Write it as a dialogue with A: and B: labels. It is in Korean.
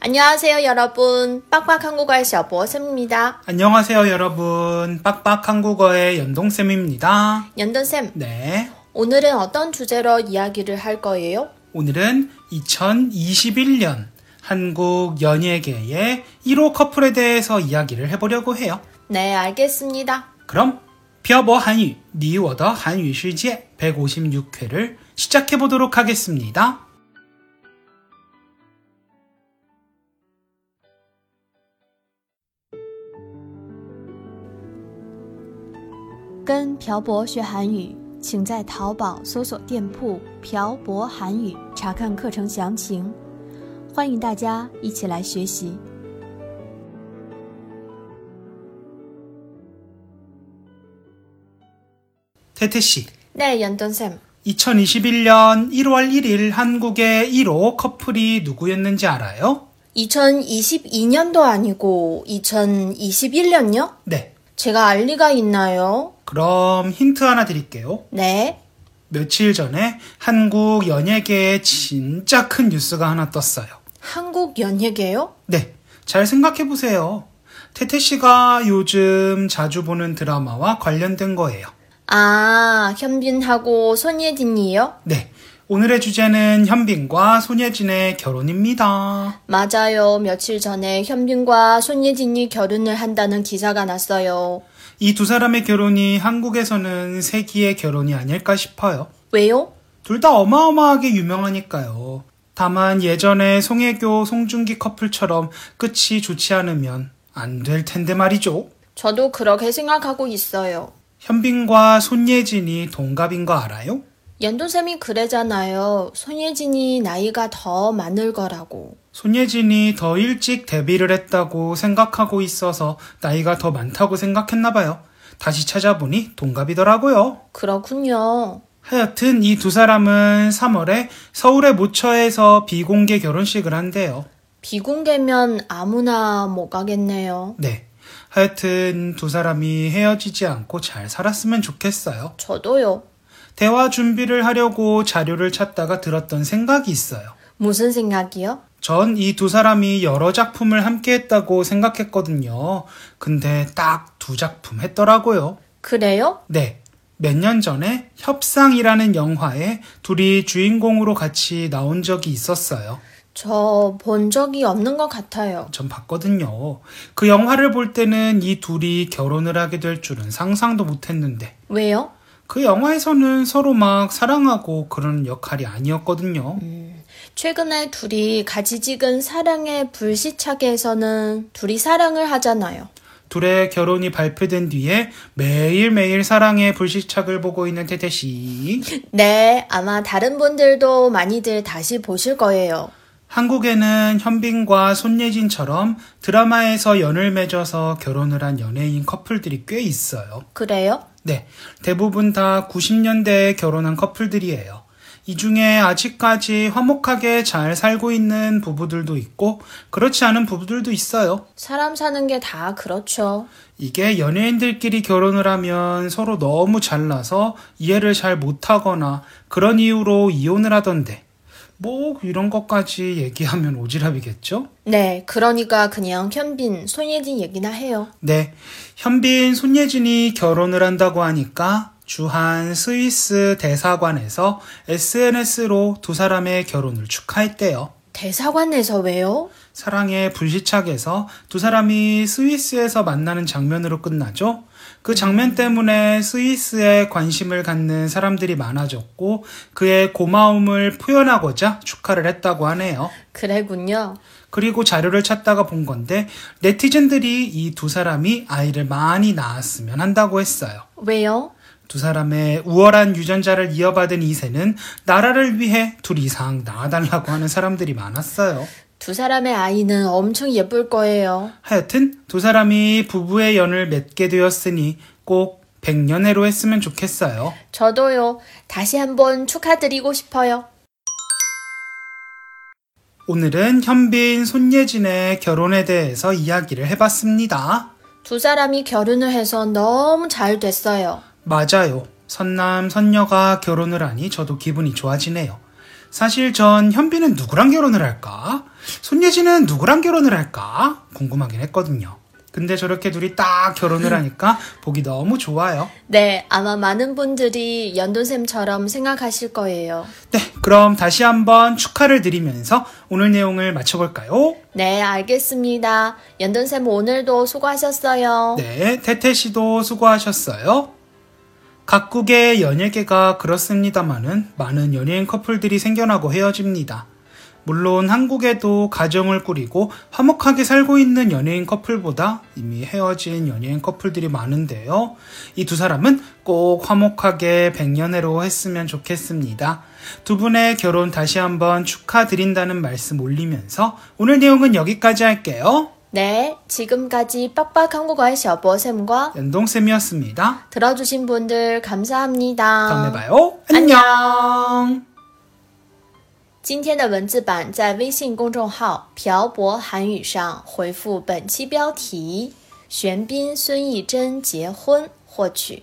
A: 안녕하세요, 여러분. 빡빡 한국어의 小博쌤입니다.
B: 안녕하세요, 여러분. 빡빡 한국어의 연동쌤입니다.
A: 연돈쌤,
B: 네.
A: 오늘은 어떤 주제로 이야기를 할 거예요?
B: 오늘은 2021년 한국 연예계의 1호 커플에 대해서 이야기를 해보려고 해요.
A: 네, 알겠습니다.
B: 그럼, 펴버 한유, 니워더 한유 실제 156회를 시작해보도록 하겠습니다.
C: 跟朴博学韩语，请在淘宝搜索店铺“朴博韩语”查看课程详情。欢迎大家一起来学习。
B: 태태씨,
A: 네, 연돈쌤.
B: 2021년 1월 1일 한국의 1호 커플이 누구였는지 알아요?
A: 2022년도 아니고 2021년요?
B: 네.
A: 제가 알 리가 있나요?
B: 그럼 힌트 하나 드릴게요.
A: 네.
B: 며칠 전에 한국 연예계에 진짜 큰 뉴스가 하나 떴어요.
A: 한국 연예계요?
B: 네, 잘 생각해 보세요. 태태 씨가 요즘 자주 보는 드라마와 관련된 거예요.
A: 아, 현빈하고 손예진이요?
B: 네, 오늘의 주제는 현빈과 손예진의 결혼입니다.
A: 맞아요. 며칠 전에 현빈과 손예진이 결혼을 한다는 기사가 났어요.
B: 이 두 사람의 결혼이 한국에서는 세기의 결혼이 아닐까 싶어요.
A: 왜요?
B: 둘 다 어마어마하게 유명하니까요. 다만 예전에 송혜교, 송중기 커플처럼 끝이 좋지 않으면 안 될 텐데 말이죠.
A: 저도 그렇게 생각하고 있어요.
B: 현빈과 손예진이 동갑인 거 알아요?
A: 연돈쌤이 그래잖아요. 손예진이 나이가 더 많을 거라고.
B: 손예진이 더 일찍 데뷔를 했다고 생각하고 있어서 나이가 더 많다고 생각했나 봐요. 다시 찾아보니 동갑이더라고요.
A: 그렇군요.
B: 하여튼 이 두 사람은 3월에 서울의 모처에서 비공개 결혼식을 한대요.
A: 비공개면 아무나 못 가겠네요.
B: 네. 하여튼 두 사람이 헤어지지 않고 잘 살았으면 좋겠어요.
A: 저도요.
B: 대화 준비를 하려고 자료를 찾다가 들었던 생각이 있어요.
A: 무슨 생각이요?
B: 전 이 두 사람이 여러 작품을 함께 했다고 생각했거든요. 근데 딱 두 작품 했더라고요.
A: 그래요?
B: 네. 몇 년 전에 협상이라는 영화에 둘이 주인공으로 같이 나온 적이 있었어요.
A: 저 본 적이 없는 것 같아요.
B: 전 봤거든요. 그 영화를 볼 때는 이 둘이 결혼을 하게 될 줄은 상상도 못 했는데
A: 왜요?
B: 그 영화에서는 서로 막 사랑하고 그런 역할이 아니었거든요.
A: 최근에 둘이 같이 찍은 사랑의 불시착에서는 둘이 사랑을 하잖아요.
B: 둘의 결혼이 발표된 뒤에 매일매일 사랑의 불시착을 보고 있는 태태씨.
A: 네, 아마 다른 분들도 많이들 다시 보실 거예요.
B: 한국에는 현빈과 손예진처럼 드라마에서 연을 맺어서 결혼을 한 연예인 커플들이 꽤 있어요.
A: 그래요?
B: 네. 대부분 다 90년대에 결혼한 커플들이에요. 이 중에 아직까지 화목하게 잘 살고 있는 부부들도 있고, 그렇지 않은 부부들도 있어요.
A: 사람 사는 게 다 그렇죠.
B: 이게 연예인들끼리 결혼을 하면 서로 너무 잘나서 이해를 잘 못하거나 그런 이유로 이혼을 하던데, 뭐 이런 것까지 얘기하면 오지랖이겠죠?
A: 네, 그러니까 그냥 현빈, 손예진 얘기나 해요.
B: 네. 현빈 손예진이 결혼을 한다고 하니까 주한 스위스 대사관에서 SNS로 두 사람의 결혼을 축하했대요.
A: 대사관에서 왜요?
B: 사랑의 불시착에서 두 사람이 스위스에서 만나는 장면으로 끝나죠. 그 장면 때문에 스위스에 관심을 갖는 사람들이 많아졌고 그의 고마움을 표현하고자 축하를 했다고 하네요.
A: 그래군요.
B: 그리고 자료를 찾다가 본 건데 네티즌들이 이 두 사람이 아이를 많이 낳았으면 한다고 했어요.
A: 왜요?
B: 두 사람의 우월한 유전자를 이어받은 이세는 나라를 위해 둘 이상 낳아달라고 하는 사람들이 많았어요.
A: 두 사람의 아이는 엄청 예쁠 거예요.
B: 하여튼 두 사람이 부부의 연을 맺게 되었으니 꼭 백년해로 했으면 좋겠어요.
A: 저도요. 다시 한번 축하드리고 싶어요.
B: 오늘은 현빈, 손예진의 결혼에 대해서 이야기를 해봤습니다.
A: 두 사람이 결혼을 해서 너무 잘 됐어요.
B: 맞아요. 선남, 선녀가 결혼을 하니 저도 기분이 좋아지네요. 사실 전 현빈은 누구랑 결혼을 할까? 손예진은 누구랑 결혼을 할까 궁금하긴 했거든요. 근데 저렇게 둘이 딱 결혼을 하니까 보기 너무 좋아요.
A: 네, 아마 많은 분들이 연돈쌤처럼 생각하실 거예요.
B: 네, 그럼 다시 한번 축하를 드리면서 오늘 내용을 마쳐볼까요?
A: 네, 알겠습니다. 연돈쌤 오늘도 수고하셨어요.
B: 네, 태태 씨도 수고하셨어요. 각국의 연예계가 그렇습니다마는 많은 연예인 커플들이 생겨나고 헤어집니다. 물론 한국에도 가정을 꾸리고 화목하게 살고 있는 연예인 커플보다 이미 헤어진 연예인 커플들이 많은데요. 이 두 사람은 꼭 화목하게 백년해로 했으면 좋겠습니다. 두 분의 결혼 다시 한번 축하드린다는 말씀 올리면서 오늘 내용은 여기까지 할게요.
A: 네, 지금까지 빡빡한 국어의 셔버쌤과
B: 연동쌤이었습니다.
A: 들어주신 분들 감사합니다.
B: 到那拜哦，安
A: 安
B: 녕。
A: 今天的文字版在微信公众号“漂泊韩语”上回复本期标题“玄彬孙艺珍结婚”获取。